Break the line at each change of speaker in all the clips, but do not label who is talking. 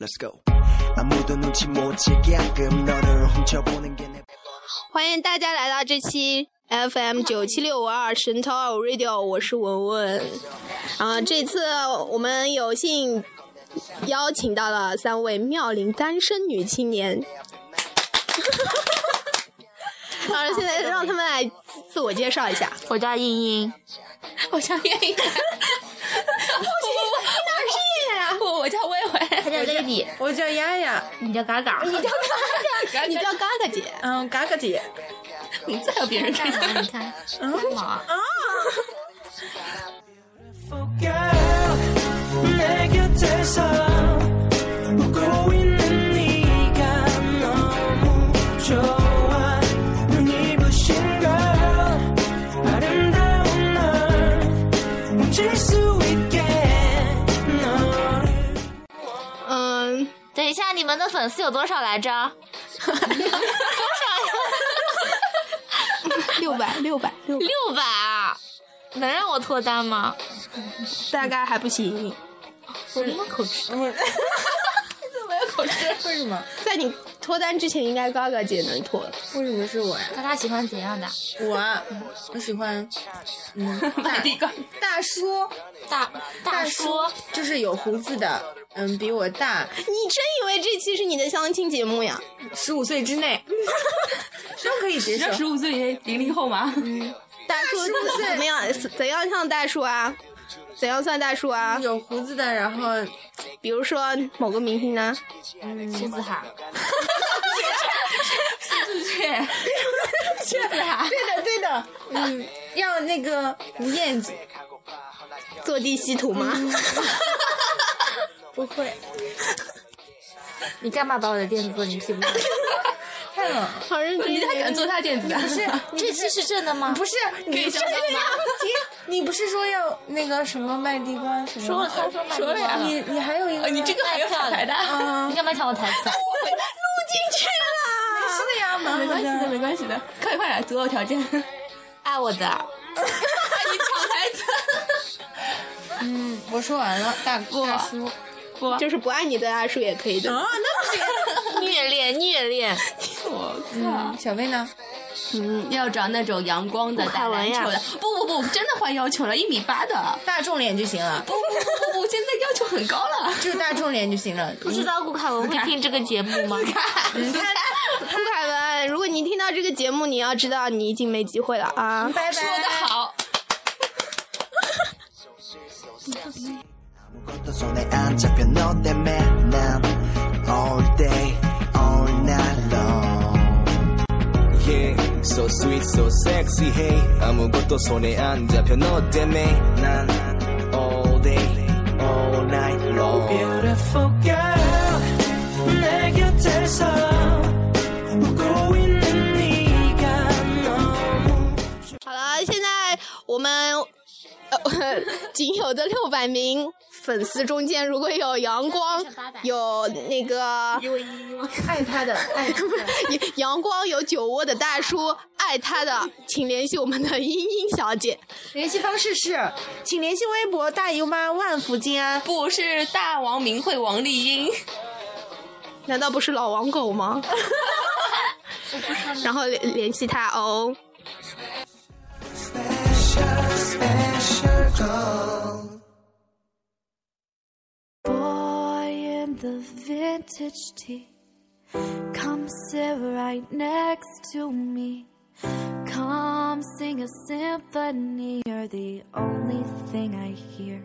Let's go. 아무도 눈치 못 채게 가끔 너를 훔쳐보는 게내
欢迎大家来到这期 FM 九七六五二神超二五 Radio，我是文文。啊，这次我们有幸邀请到了三位妙龄单身女青年。好了，现在让他们来自自我介绍一下。
我叫茵茵，
我叫叶颖，
哪是
我我叫魏魏，
她叫 Lady，
我叫丫丫，
你叫嘎嘎。 你
呀？你叫嘎嘎姐。
嗯，嘎嘎姐，
你再有别人看
干 嘛？你看，啊干嘛？
girl 내 곁에서 웃고 있는 네가 너무 좋아 눈이 부신 girl 아름다운 널 훔칠 수 있게 너를
嗯，
等一下，你们的粉丝有多少来着？
六百，六百，六百，
六百啊！能让我脱单吗？
大概还不行。
我他妈口吃。
为什么？
在你脱单之前，应该嘎嘎姐能脱。
为什么是我呀？
嘎嘎喜欢怎样的？
我啊，我喜欢，嗯，大
一个，
大叔，
大大叔，
就是有胡子的，嗯，比我大
你真以为这期是你的相亲节目呀？
十五岁之内，都可以接
你
受
这。十五岁零零后吗？
大叔
15
怎么样？怎样像大叔啊？怎样算大叔啊？
有胡子的，然后
比如说某个明星呢？
嗯
苏子涵，
对，
苏子涵，
对的对的，嗯，要那个吴彦祖，
坐地吸土吗？
嗯
不会，
你干嘛把我的垫子坐你屁股上？
太冷了。
好认真
你。还敢坐他垫子啊？
不是，你
这期是正的吗？
不是，你不是
想象吗
停，你不是说要那个什么卖地瓜什么？
说了，他说嘛，
说了呀
你你还有一
啊
个，
呃，你这个还要彩排的？
嗯
你，干嘛抢我台词啊？
是的呀，蛮
没
好
关系
的
的，。没关系的，快快点，择偶条件。
爱我 的，
你抢台词，
嗯，我说完了，大哥大叔。
我
就是不爱你的大叔也可以的。
啊，那不行。
虐恋虐恋，
我靠！
小薇呢？
嗯，要找那种阳光的、打
海文
篮
呀
球的。不不不，真的换要求了，一米八的。
大众脸就行了，
不不不不不，现在要求很高 了。
就是大众脸就行了。
不知道顾凯文会听这个节目 吗？
嗯，他
顾凯文，如果你听到这个节目，你要知道你已经没机会了 啊！
拜拜。
说得好，
아무것도 손에 안 잡혀 너 내 만남 All day, all night long
Yeah, so sweet, so sexy, hey. 아무것도 손에 안 잡혀 너 때문에 난 all day, all night long.
Oh, Beautiful girl 내 곁에서 웃고 있는 네가 너무
好了，现在我们。呃， 仅有的六百名粉丝中间，如果有阳光，有那个
爱他 的，爱他的。
阳光有酒窝的大叔，爱他的，请联系我们的茵茵小姐。
联系方式是，请联系微博大姨妈万福金安。
不是大王明慧王丽英。
难道不是老王狗吗？然后联联系他哦。
special, special girl
boy in the vintage tee come sit right next to me come sing a symphony you're the only thing i hear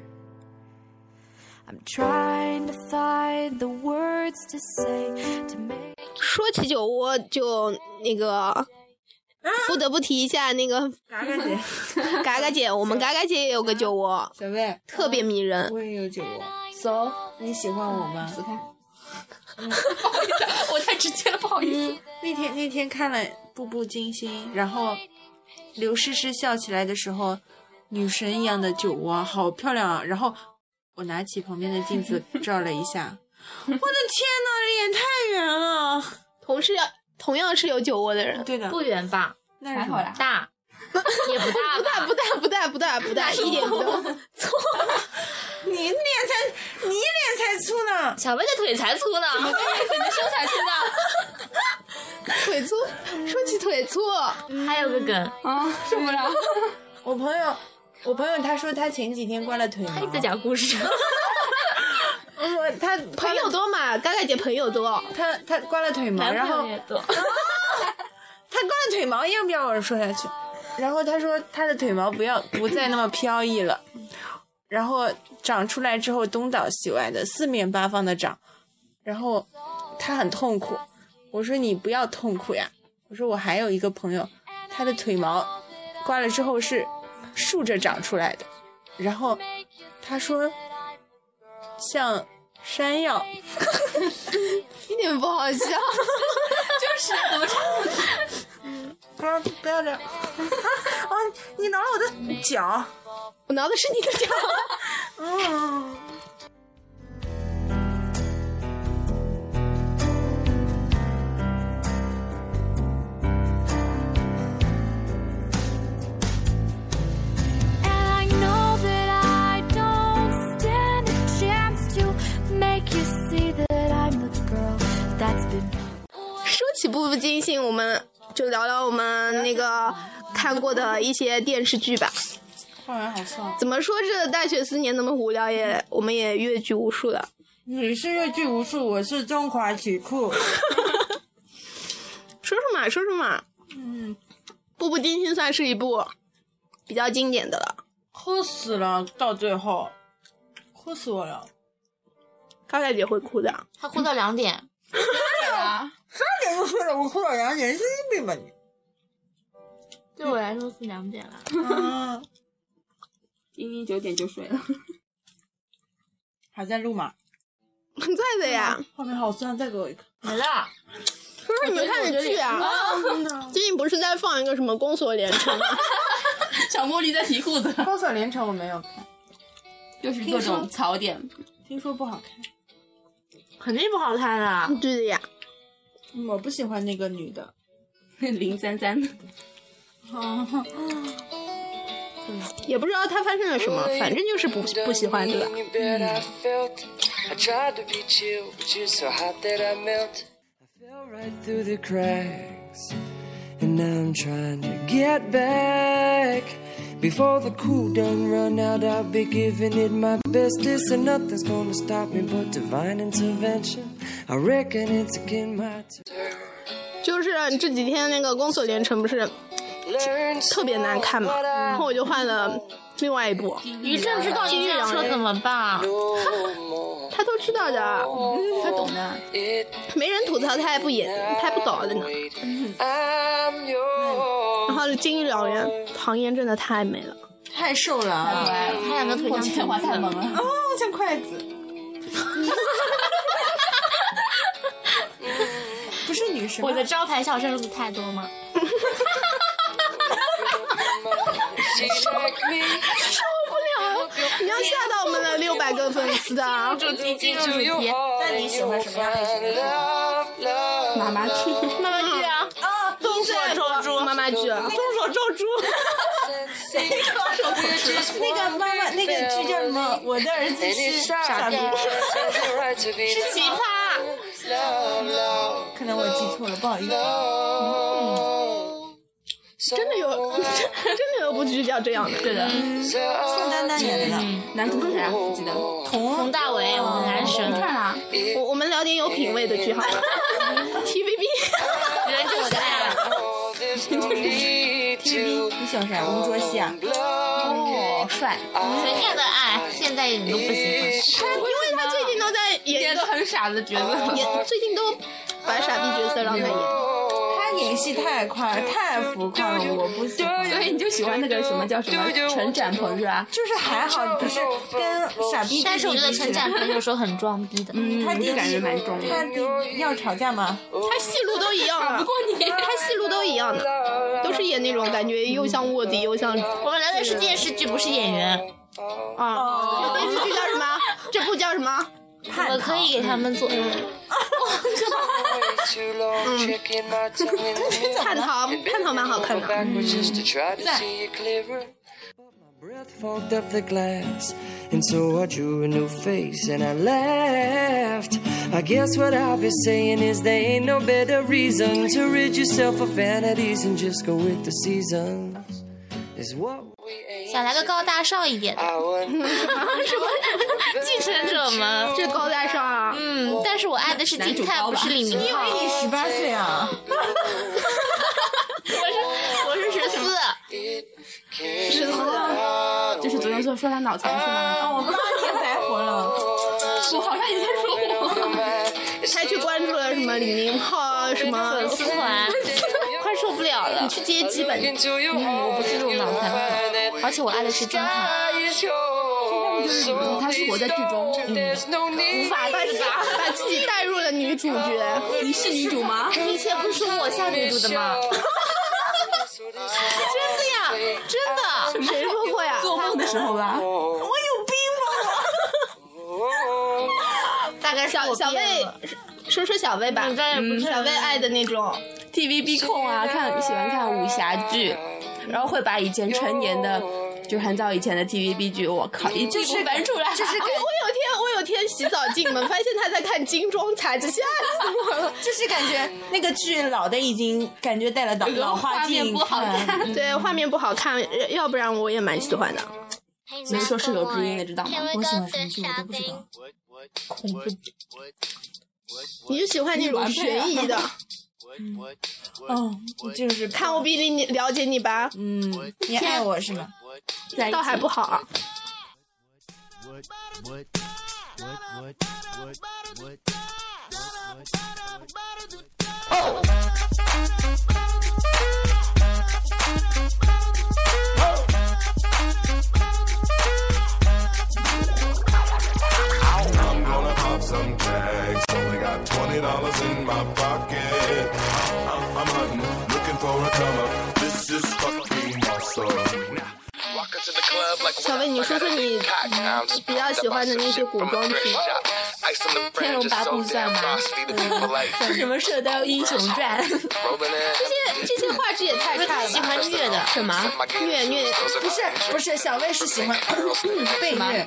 i'm trying to find the words to say to make
说起酒窝，就那
啊
个不得不提一下那个
嘎嘎姐，
嘎嘎姐，我们嘎嘎姐也有个酒窝，
小薇，
特别迷人。
我也有酒窝。so，你喜欢我吗？嗯
不好意思啊，我太直接了，不好意思。
那天那天看了《步步惊心》，然后刘诗诗笑起来的时候，女神一样的酒窝，好漂亮啊！然后我拿起旁边的 镜子照了一下，我的天呐，脸太圆了。
同是同样是有酒窝的人，
对的，
不远吧？
那是
还
什
好
么
啦，
大，也不大
不大
吧
不？大不大不大不大，一点不大。错，
你脸才，你脸才粗呢。
小薇的腿才粗 呢，我你的胸才粗呢。
腿粗，说起腿粗，
还有个梗，
啊，受不了。
我朋友，我朋友他说他前几天刮了腿毛，
他一直在讲故 事。
我他
朋友多嘛，嘎嘎姐朋友多，
他他刮了腿毛，然后
也多，
他刮了腿毛，要不要我说下去？然后他说他的腿毛不要 不再那么飘逸了，然后长出来之后东倒西歪的，四面八方的长，然后他很痛苦。我说你不要痛苦呀，我说我还有一个朋友，他的腿毛刮了之后是竖着长出来的，然后他说像山药，
一点不好笑。
不要不要这样， 啊你挠了我的脚。
我挠的是你的脚。
And I know that I don't stand a chance to make you see that I'm the girl that's been
说起步步惊心，我们就聊聊我们那个看过的一些电视剧吧。
画完好笑。
怎么说这大学四年那么无聊也，我们也阅剧无数了。
你是越剧无数，我是中华曲库。
说说嘛，说说嘛。嗯，步步惊心算是一部比较经典的了。
哭死了，到最后，哭死我了。
高大姐会哭的。
他哭到两点，
三点就睡了，我哭到两点，神经病吧你！
对我来说是两点了。
啊，
丁丁九点就睡了，
还在录吗？
在的呀，
画面好酸，再给我一个。
没了，
说说你们看的剧啊。
哦
最近不是在放一个什么《宫锁连城》 吗？
小茉莉在提裤子，
高锁连城我没有看，
又是各种槽点。
听说不好看。
肯定不好看啊啦。
对的呀。
我不喜欢那个女的。
林三三，
也不知道他发生了什么，反正就是不不喜欢，对吧？
Hmm. I tried to be chill, but you're so hot that I melt. I fell right through the cracks, and now I'm trying to get back. Before the cool done run out, I'll be giving it my bestest, and nothing's gonna stop me but divine intervention. I reckon it's again my turn.
就是这几天那个《宫锁连城》不是
Learn
特别难看嘛，然后我就换了另外一部。
于正知道你这辆车怎么办？
no more.
他都知道的，啊
他懂的。
It
没人吐槽他还不演，他还不搞的呢。
wait.
嗯
I'm yours.
然后金玉良缘，唐嫣真的太美了，
太瘦了啊！
对，哎他两个腿
我
像
这话太萌了，
哦，像筷子。不是女神吗
我的招牌笑声不是太多 吗？
She's like me.
你要吓到我们的六百个粉丝的 啊！
Dig into your heart and you'll find love, love.
妈妈去。
妈妈剧啊，
众所周知，
妈妈剧啊，
众所周知，
那个妈妈那个剧叫什么？我的哎儿啊子是傻逼，
是奇葩。
可能我记错了，不好意思。
真的有，真的有部剧叫这样的。
对的，
宋丹丹演的呢，
男主是谁啊？不记得了。
童
佟嗯大为，我的男神，
看了，
我我们聊点有品位的剧好吗 ？TVB，
人就是爱。
你喜欢谁啊？吴卓羲啊？
哦，帅，纯艳的爱，现在一点都不喜欢。
因为他最近都在演
演个很傻的角色。 哎
演，最近都把傻逼角色让他演。
他演戏太快，太浮夸了，我不喜欢。
所以你就喜欢那个什么叫什么陈展鹏是吧？
就是还好，不是跟傻逼弟弟比起来。
但是我觉得陈展鹏有时候很装逼的，
他弟弟
感觉蛮重的
他弟要吵架吗？
他戏路都一样 的，不过你他戏路都一样的，都是演那种感觉又像卧底又像
我们聊的是电视剧，不是演员。
啊。这电视剧叫什么？这部叫什么？
我可以给他们做，
嗯
Too long checking my tongue
哎
in the mirror.
探讨，探讨蛮好看的。
backwards just to try to see it clearer. But my
breath fogged up the glass, and so I drew a new face and I laughed. I guess what I'll be saying is there ain't no better reason to rid yourself of vanities and just go with the seasons. Is what we
想来个高大上一点的，
our
继承者们。
这高大上啊！
嗯，但是我爱的是金泰，不是李明
哎
浩。
你十八岁啊？
我是十
is
四，
就是昨天说说他脑残是
啊
吗？哦，我妈也白活了。我好像也在说我。
他去关注了什么李明浩啊，什么
粉丝团，快受不了了。
去接基本。
into your
嗯，我不是这种脑残的，而且我爱的是金嗯泰。他是活嗯在剧中，
无
把
哎
把自己把自己带入了女主角，
你是女主吗？
一切不是我下女主的吗？真的呀，真的。
谁说啊过呀？
做梦的时候吧。
大概是
小
我
小
变
魏
了，
说说小魏吧，嗯
我再也不是
小魏爱的那种，
TVB 控啊， 看喜欢看武侠剧，然后会把以前成年的，就是很早以前的 TVB 剧，我靠，一句不翻出来，这是
我我有天我有天洗澡进门，发现他在看《精装才子》，吓死我了。
就是感觉那个剧老的已经感觉带了老老花
面
镜
不好
看，
看。
对，画面不好看，呃要不然我也蛮喜欢的。
所以说是有知音的，知道吗？
我喜欢什么剧我都不知道。
你就喜欢那种悬疑的，
哦，就是
看我比你了解你吧，
嗯，你爱我是吗？
在一起
倒还不好啊。
I'm gonna pop some tags. Only got twenty dollars in my pocket. I'm, I'm hunting, looking for a come up. This is fucking awesome.
小魏，你说说你嗯比较喜欢的那些古装剧，
天龙八部算吗？
嗯
什么《射雕英雄传》
这这些画质也太差了
喜
吧。
欢虐的，
什么？
虐虐
不是不是，小魏是喜 欢被虐，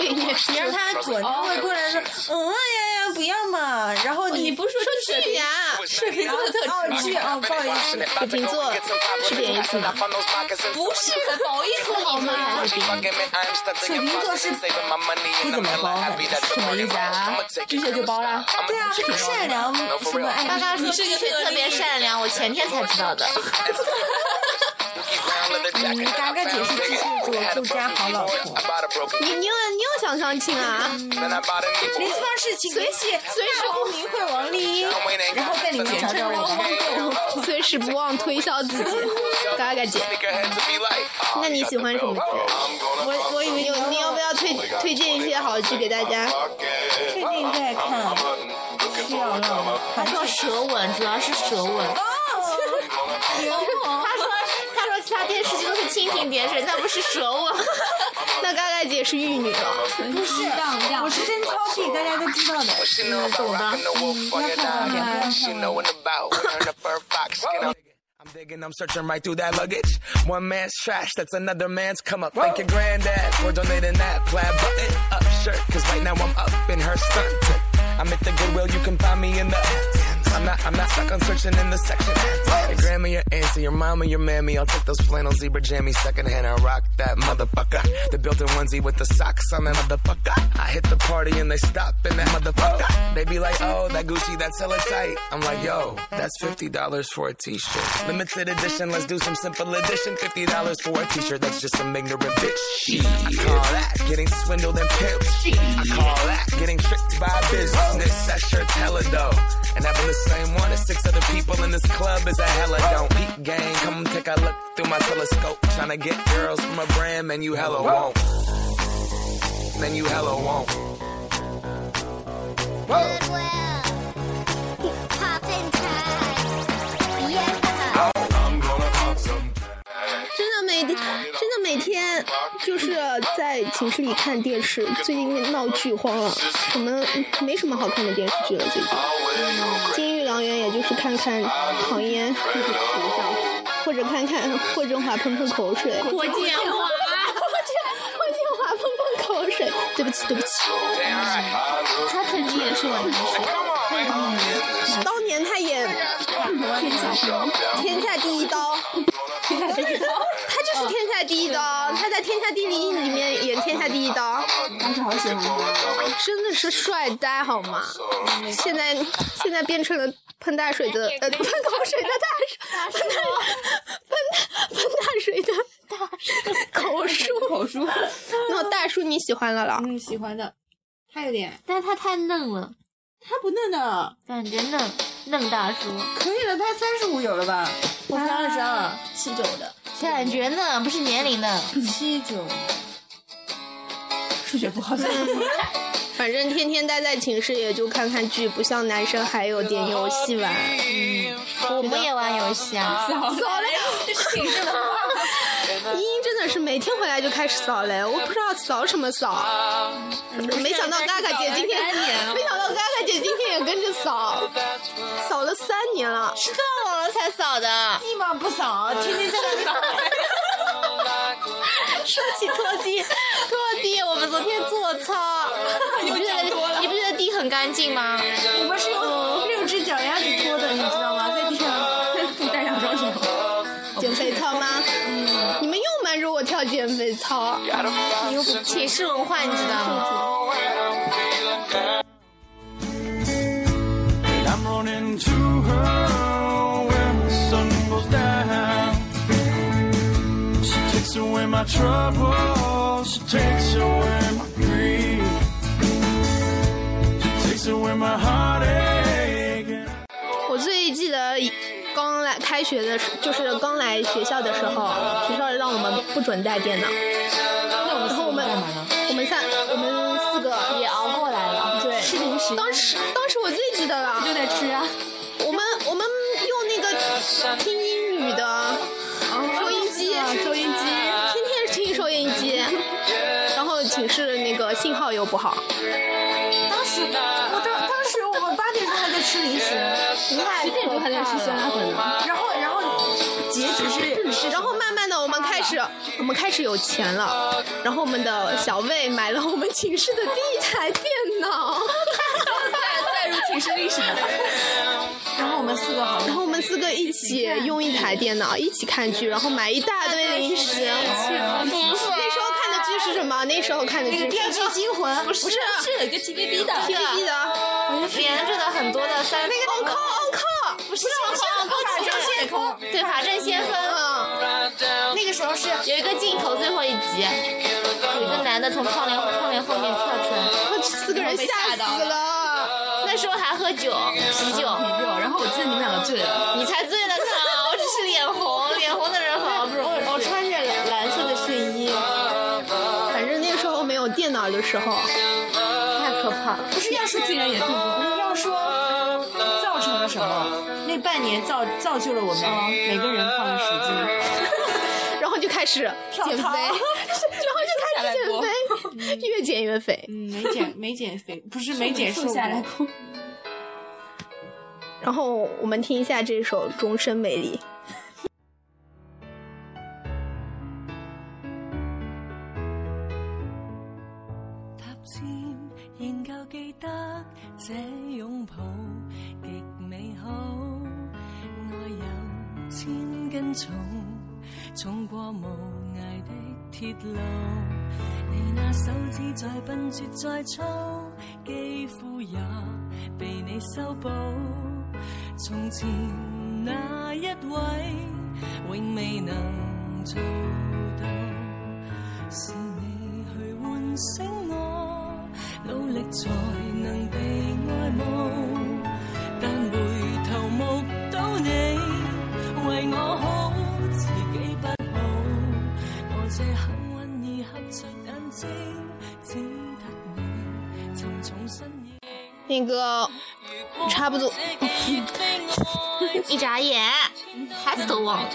虐虐，
你让他左
哦
右会过来说，嗯呀呀，不要嘛，然后
哦你
你
不是说这
去
是
呀，
水瓶座的特
哦
质
剧
吗？
哦，不好意思，
水瓶座是贬义词吗？
不是，褒义
啊
词好吗？
水瓶座是不怎么包的，
啊什么意思啊？拒绝就包啦？
对啊，善良什
啊
么哎爱
刚刚说碧翠特别善良，我前天才知道的。
哎
你嘎嘎姐是巨蟹座，就加好老婆。
你你有你有想相亲啊？
联系方式请联系
随时
公民会王丽英，然后在里面找找我。
随时不忘推销自己，嘎嘎姐。那你喜欢什么剧？
我我以为
你有你要不要推推荐一些好剧给大家？
最近在看需要哦了，
他说舌吻，主要是舌吻。他说他说其他电视剧都是蜻蜓点水，那不是舌吻。
那嘎嘎姐是玉女了，
不是，我是真 copy，大家都知道的。
嗯，懂的。
I'm digging, I'm searching right through that luggage. One man's trash, that's another man's come up. Thank your granddad for donating that plaid button up shirt. Cause right now I'm up in her stunt. I'm at the Goodwill, you can find me in the. I'm not, I'm not stuck on searching in the section. Your grandma, your auntie, your mama, your mammy. I'll take those flannel zebra jammies secondhand and rock that motherfucker. The built in onesie with the socks on that motherfucker. I hit the party and they stop in that motherfucker. They be like, oh, that Gucci, that's hella tight. I'm like, yo, that's $50 for a t shirt. Limited edition, let's do some simple addition. $50 for a t shirt, that's just some ignorant bitch. Shit. I call that getting swindled and pimped. I call that getting tricked by business. That shirt's hella dope. And having the same one as six other people in this club is a hella don't eat game. Come take a look through my telescope. Tryna get girls from a brand, man, you hella won't. Man, you hella won't.
I'm gonna pop some.
真的每天真的每天就是在寝室里看电视，最近闹剧荒了，我们没什么好看的电视剧了，最近。嗯金玉良缘也就是看看唐嫣或者或者看看霍振华喷喷口水，
火箭花，
对不起，对不起。
他曾经也是我男神，
当年他演
天下第一，
天下第一刀，
天下第一刀，
他就是天下第一刀，他在《天下第一》里面演天下第一刀，
当时好喜欢他，
真的是帅呆好吗？现在现在变成了喷大水的呃喷口水的大水，喷大喷喷大水的大水口述
口述，
那大叔你喜欢了啦？
嗯，喜欢的，他有点，
但是他太嫩了，
他不嫩的，
感觉嫩嫩大叔，
可以了，他三十五有了吧？我才二十二，
七九的，
感觉嫩不是年龄嫩，
七九，
数学不 好。
反正天天待在寝室也就看看剧，不像男生还有点游戏玩。
嗯我们也玩游戏啊，
好嘞，这是寝室文
茵茵真的是每天回来就开始扫雷，我不知道扫什么扫。
嗯
没想到嘎嘎姐今天，没想到嘎嘎姐今天也跟着扫， 扫了三年了。
是到我了才 扫的，
地嘛不扫，
嗯
天天在那扫。
说起拖地，拖地，我们昨天做操， 你不觉得你不觉得地很干净吗？
我们是用
嗯
六只脚丫子拖的，你知道吗？在地上
化，带上双手。
减肥操吗？
嗯
你们又瞒着我跳减肥操。
你又不寝室文化，你知道吗？
I'm running to her when the sun goes down. She takes away my trouble, she takes away my grief, she takes away my heartache. and
我最记得刚来开学的时，就是刚来学校的时候，学校让我们不准带电脑，然后我们我们三我们四个
也熬过来了，
对，
吃零食
当时当时我最记得了，
就得吃啊，
我们我们用那个听英语的收音机，
啊收音机。
天天听收音机，然后寝室那个信号又不好，
当时我当当时我们八点钟还在吃零食，你看
十点钟还在吃酸 辣粉
嗯
呢，
然后然后截止是是
然后慢慢的我们开始我们开始有钱了，然后我们的小魏买了我们寝室的第一台电脑。
带入寝室历史的。
然后我们四个好像
然后我们四个一起用一台电脑，一起看剧，然后买一大堆零食。啊
哦
那时候看的剧是什么？那时候看的剧是《
电锯惊魂》
不是，是有一个 G B B 的，
T V B 的《
连着的很多的三
on call on call》，
不是啊不是法证先锋，哦对法证先锋，那个时候是有一个镜头最后一集，有一个男的从窗帘窗帘后面跳出来，
我四个人吓死了。
那时候还喝酒啤酒，
没有。然后我记得你们两个醉了，
你才醉呢，操！我只是脸红，脸红的人好不容易。我穿着蓝色的睡衣，
反正那时候没有电脑的时候，
太可怕了。
不是要是竟然也度过。
要说造成了什么，那半年造造就了我们、
嗯
每个人胖了十斤。
然后就开始减肥，然 后就开始 减肥，越减越肥。
嗯，没减没减肥，不是没减瘦
瘦下来过。
然后我们听一下这首《终身美丽》。
塔尖，仍旧記得這擁抱極美好，愛有千斤重，重過無涯的鐵路。你那手指再笨拙再粗，肌膚也被你修補。從前那一位，永未能做到。是你去喚醒我，努力才能被愛慕。但回頭目睹你為我好，自己不好。我這幸運兒合着眼睛，只得你沉重身影。
那个差不多，
一眨眼，孩子都 忘了。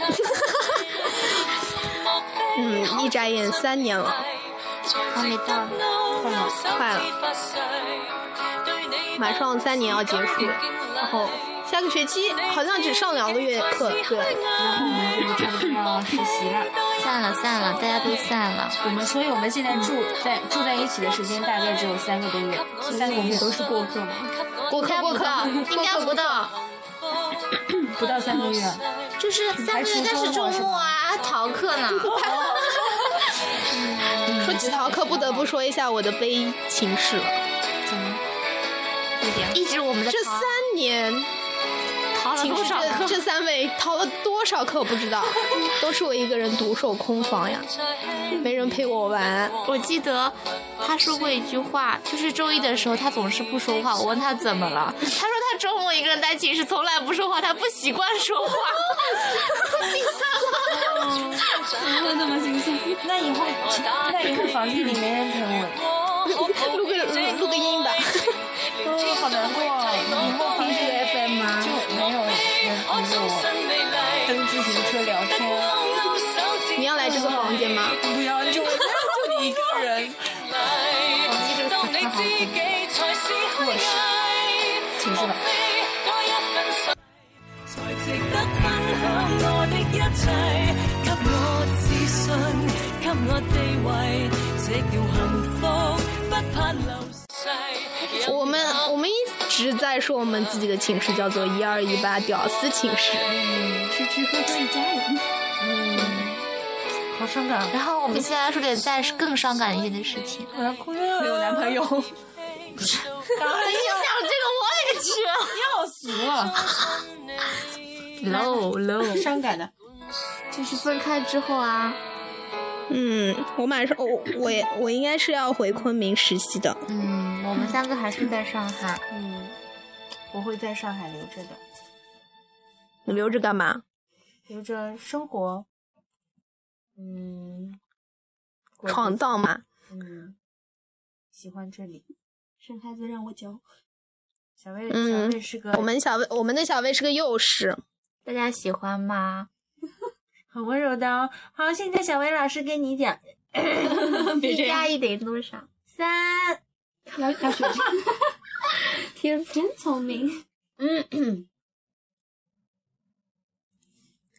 嗯，一眨眼三年了，
还没到，
快了，快了，马上三年要结束， 然后下个学期好像只上两个月课，对，
然后我们就差不多
实习了，
散了散了，大家都散了。
我们所以我们现在住在住在一起的时间大概只有三个多月，三个月都是过客嘛，
过客过客，应该不到，
不到三个月。
就是三个月，但是周末啊，逃课呢。
说起逃课，不得不说一下我的悲情史了。
怎么？
一直我们在
这三年
逃了
寝
多
室
少课
这？这三位逃了多少课不知道，都是我一个人独守空房呀，没人陪我玩。
我记得他说过一句话，就是周一的时候他总是不说话。我问他怎么了，他说他周末一个人在寝室从来不说话，他不习惯说话。
怎么会那么心酸？那以后，那以后房间里没人陪我，
录个嗯录录个音吧。
哦，好 难过啊！以后房间有 FM 吗？就没有人陪着我蹬自行车聊天。
你要来这个房间吗？
不要，就我 就你一个人。
当你知己才是虚伪，
寝室吧。
才值得分享我的一切，给我自信，给我地位，这叫幸福，不怕流逝。
我们我们一直在说我们自己的寝室叫做一二一八屌丝寝室，
哦
吃吃喝喝一家人。
嗯，
好伤感。啊
然 后我们现在说点再更伤感一些的事情。
我要哭了。没有男 朋友。
你想这个，我勒个去！
要死了。
low low，
伤感的。
就是分开之后啊，
嗯，我马上我我也我应该是要回昆明实习的。
嗯，我们三个还是在上海。
嗯，我会在上海留着的，
你留着干嘛？
留着生活。嗯，过日
闯
子
荡嘛。
嗯，喜欢这里。生孩子让我教。小薇，小
嗯
薇是个，
我们小魏，我们的小魏是个幼师，
大家喜欢吗？
很温柔的哦。好，现在小薇老师给你讲，
一加一等于多少？三。
要要学习。
天，真聪明。
嗯，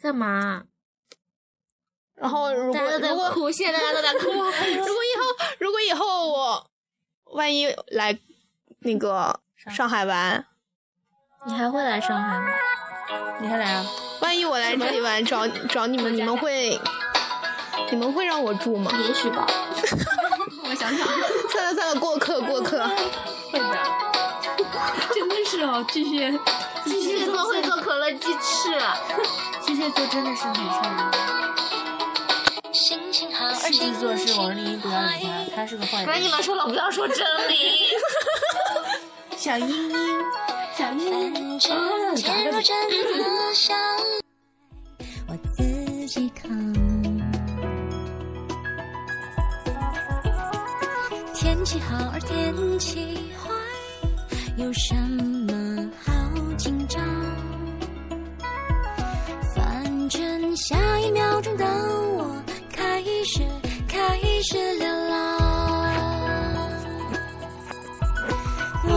干嘛？
然后如果
嗯大家都在
如果
哭现在大家都在 哭
如果以后如果以后我万一来那个上海玩，
你还会来上海吗？
你还来啊？
万一我来这里玩找找你们，你们会你们会让我住吗？
也 许吧。
我想想，
算了算了，过客过客。
会的。真的是哦，巨蟹，
巨蟹座会做可乐鸡翅，
巨蟹座真的是很啊善良。
心情好，
狮子座是王丽英，不要理他，他是个坏
赶紧
人。
吧，说了不要说真理。
小英英，小英英，嗯，咋个的？
我自己扛。天气好而天气坏，有什么好紧张？反正下一秒钟的我开始开始流浪。我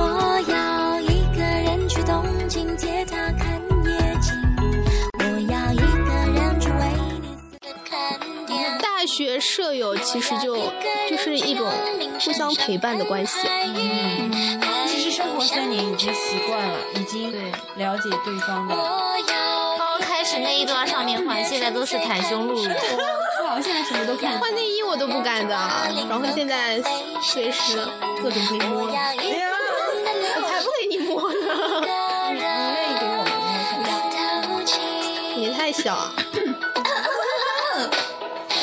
要一个人去东京铁塔看夜景，我要一个人去威尼斯看电影。
大学舍友其实就就是一种互相陪伴的关系。
嗯其实生活三年已经习惯了，已经了解对方的。
刚开始那一段上面换，现在都是袒胸露乳。
哇，现在什么都看，
换内衣我都不敢的，然后现在随时
各种可以摸。
我才不给你摸呢，
你愿意给我们摸？
你太小啊。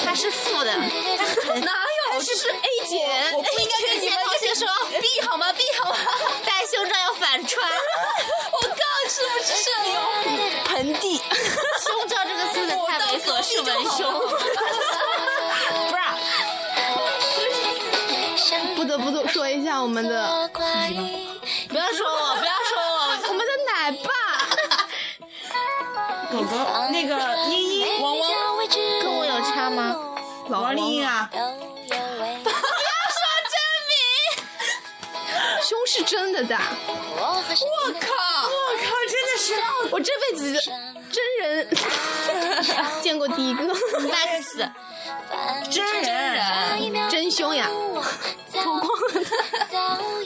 它是 负的，
我是 A 姐，
我不应该跟你们
同学说
B 好吗？B 好吗？
戴胸罩要反穿，
我刚是不是舍友？
盆地。
胸罩这个词有点太猥琐，是文胸。不是，
不得不多说一下我们的，
不要说我，不要说
我们的奶爸，
狗狗，那个英英，汪汪，
我，跟我有差吗？
王丽英啊，
胸是真的大，
我靠！
我靠，真的是
我这辈子真人 见过第一个，
那次
真
人
真凶呀，脱光了他。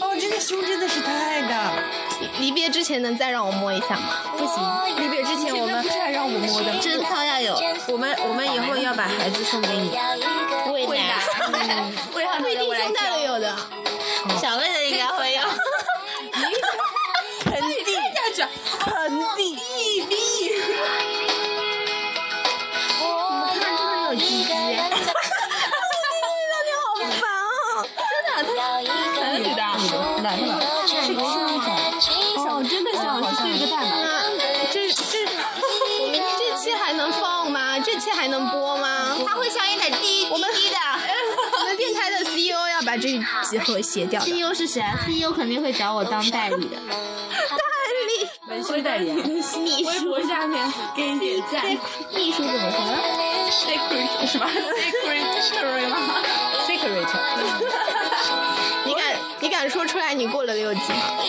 哦，这个胸真的是太大了。
离别之前能再让我摸一下吗？
不行，离别之前我们
不是还让我摸的，
真苍要有。
我们我们以后要把孩子送给你。
喂奶，喂他
不一定胸带了有的，
小妹的应该会 有。
盆地
下去，
盆地，
地地。
你们看，真的有鸡鸡。
好烦啊！
真的，他男的女的？
男的，是是那种，
哦，真的像是一个蛋吧？
那这这，我们这期还能放吗？这期还能播吗？
他会像一奶滴滴滴的。
我们电台 的 CEO 要把这集和谐掉的。
CEO 是谁啊？CEO 肯定会找我当代 理的。
代
文胸代言，
你微博下面给你点赞。
艺术怎么说呢
Secret 什么 Secretary 吗？Secret。
你敢你敢说出来你过了六级吗？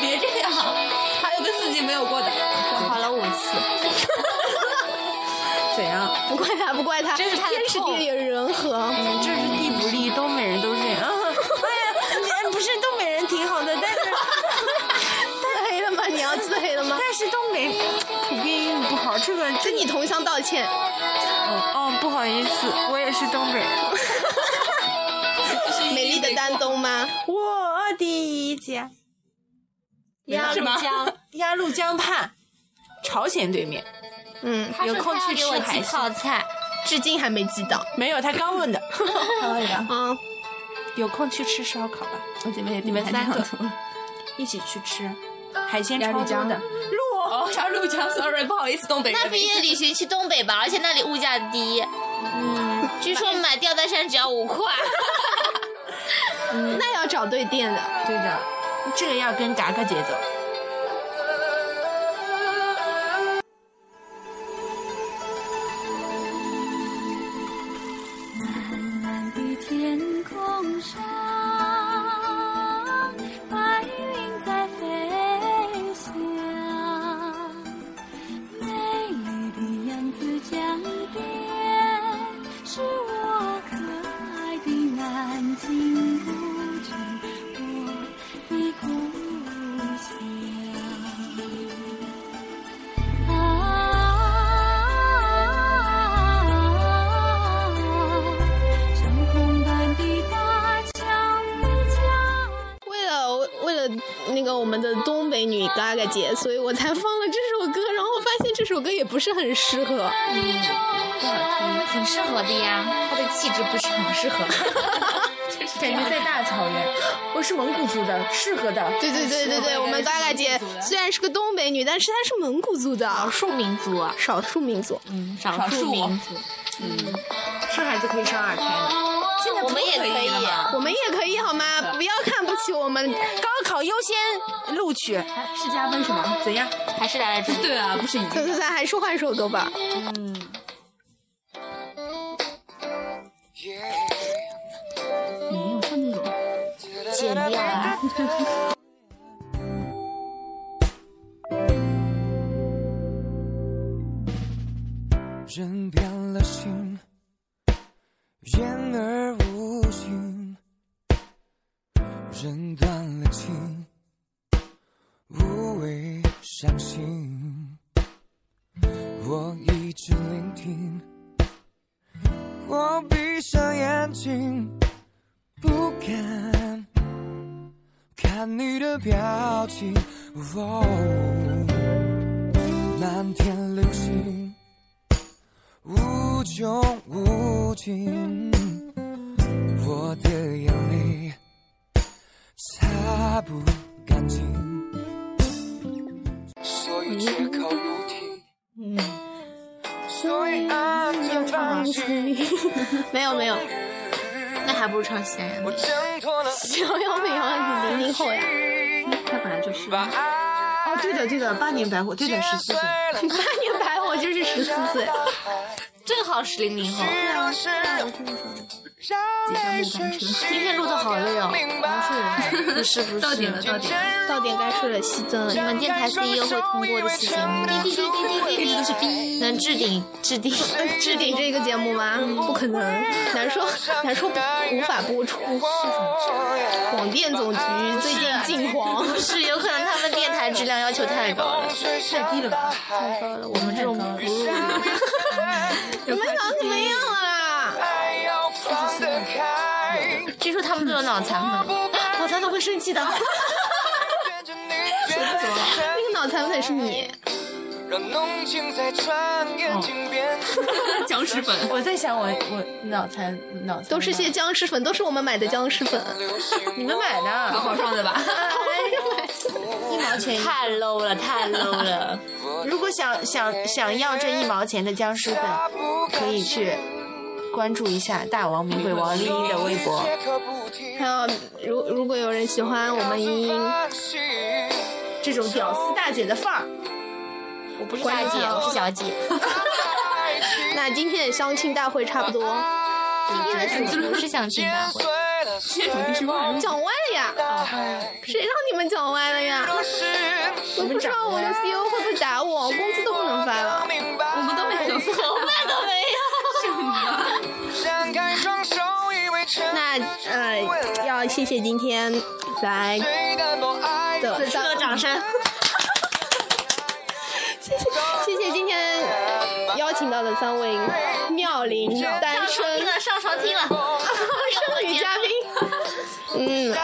别这样，还有个四级没有过的。
我跑了五次。
怎样？
不怪他，不怪他，
这是他的
天时地利人和。
这嗯是地不利，东北人都这样。哎呀，不是东北人挺好的，但是
自黑了吗？你要自黑了 吗？
但是东北普遍英语不好，这个这
跟你同乡道歉。
哦哦，不好意思，我也是东北人。
美丽的丹东吗？
我的家，
鸭绿江，
鸭绿江畔，朝鲜对面。
嗯，
有空去吃海鲜。
泡菜，
至今还没寄到。
没有，他刚问 的。
可以啊，
嗯，
有空去吃烧烤吧，
我姐妹也
你们三个一起去吃海鲜
鸭
超
绿
多
江
的
的。哦，鸭绿江，sorry，不好意思，东北人。
那毕业旅行去东北吧，而且那里物价低。嗯，据说买吊带衫只要五块。
那要找对店的。
对的，这个要跟嘎嘎姐走。
蓝的天空上，白云在飞翔，美丽的扬子江边，是我可爱的南京古城，我的故乡。啊，长虹般的大桥，你家。
为了为了那个我们的东北女嘎嘎姐，所以我才放了这首歌，然后发现这首歌也不是很适合。
挺适合的呀，他的气质不是很 适合。
感觉在大草原，我是蒙古族的，适合的。
对对对对对，我们嘎嘎姐虽然是个东北女，但是她是蒙古族的
少数民族啊，
少数民族。
嗯，少数民族。
生孩子可以生二胎的，
现在我们也可以
了吗
我们也可以好吗？不要看不起我们。
高考优先录取，
是加分是吗？
怎样？
还是来了这里。
对啊，不是已
算
经。
算算，还是换一首歌吧。
没有像那种。
解压啊！
人变了心，言而无信；人断了情，无谓伤心。我一直聆听，我闭上眼睛，不敢看你的表情。哦，满天流星。无穷无尽，我的眼泪擦不干净。所有借口如题，所以爱情放弃。
没有没有，
那还不如唱西安人
我挣脱了
杨洋美洋，你零零后呀？
他本来就是。
把爱
哦，对的对的，八年白活，对的，十四岁。
摔了
八年白我就是十四岁，
正好是零零后。今天录的好累哦，我要睡了。不是不是，到点了到点了，
到点该睡了，熄灯了。
你们电台 CEO 会通过的事情，滴滴滴滴滴滴，是逼，能置顶置顶
置顶这个节目吗？不可能，难说难说无法播出。广电总局最近禁黄，
不是有可能他们电台质量要求太高了，
太低了吧？
太高了，我们这种不入流。你们想怎么样啊？
据说他们都有脑残粉，脑残粉会生气的。
那个脑残粉是你。
僵尸粉，
我在想我我脑残脑残
都是些僵尸粉，都是我们买的僵尸粉。
你们买的，
淘宝上的吧？
一毛钱一个。
太 low 了，太 low 了。
如果想想想要这一毛钱的僵尸粉，可以去关注一下大王名鬼王丽英的微博。
还有，如如果有人喜欢我们莹莹
这种屌
哦
丝大姐的范儿，
我不是大姐，我是小姐。
那今天的相亲大会差不多，
今天的主题是想听大会，
今天主题是万人
讲歪了呀！谁让你们讲歪了呀？我不知道我的 CEO 会不会打我，工资都不能发了。
我们都没有做，
那都没有。
那呃，要谢谢今天来的
此处的 掌声，
谢谢谢谢今天邀请到的三位妙龄单
上床
身
听了，上床听 了。
剩女嘉宾。嗯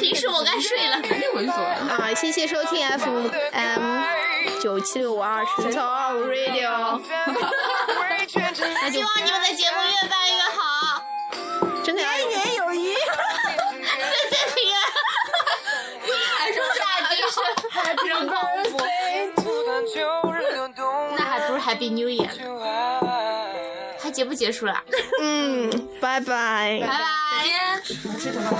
平时我该睡了。
那猥琐。
啊，谢谢收听 FM 九七六五二十超二五 Radio，
希望你们的节目越办越好，
真的要有
年有余，
岁岁平安。你 还说大吉生， 还不是报复？那还不是 Happy New Year？还节目结束了，
嗯，拜拜。
拜拜。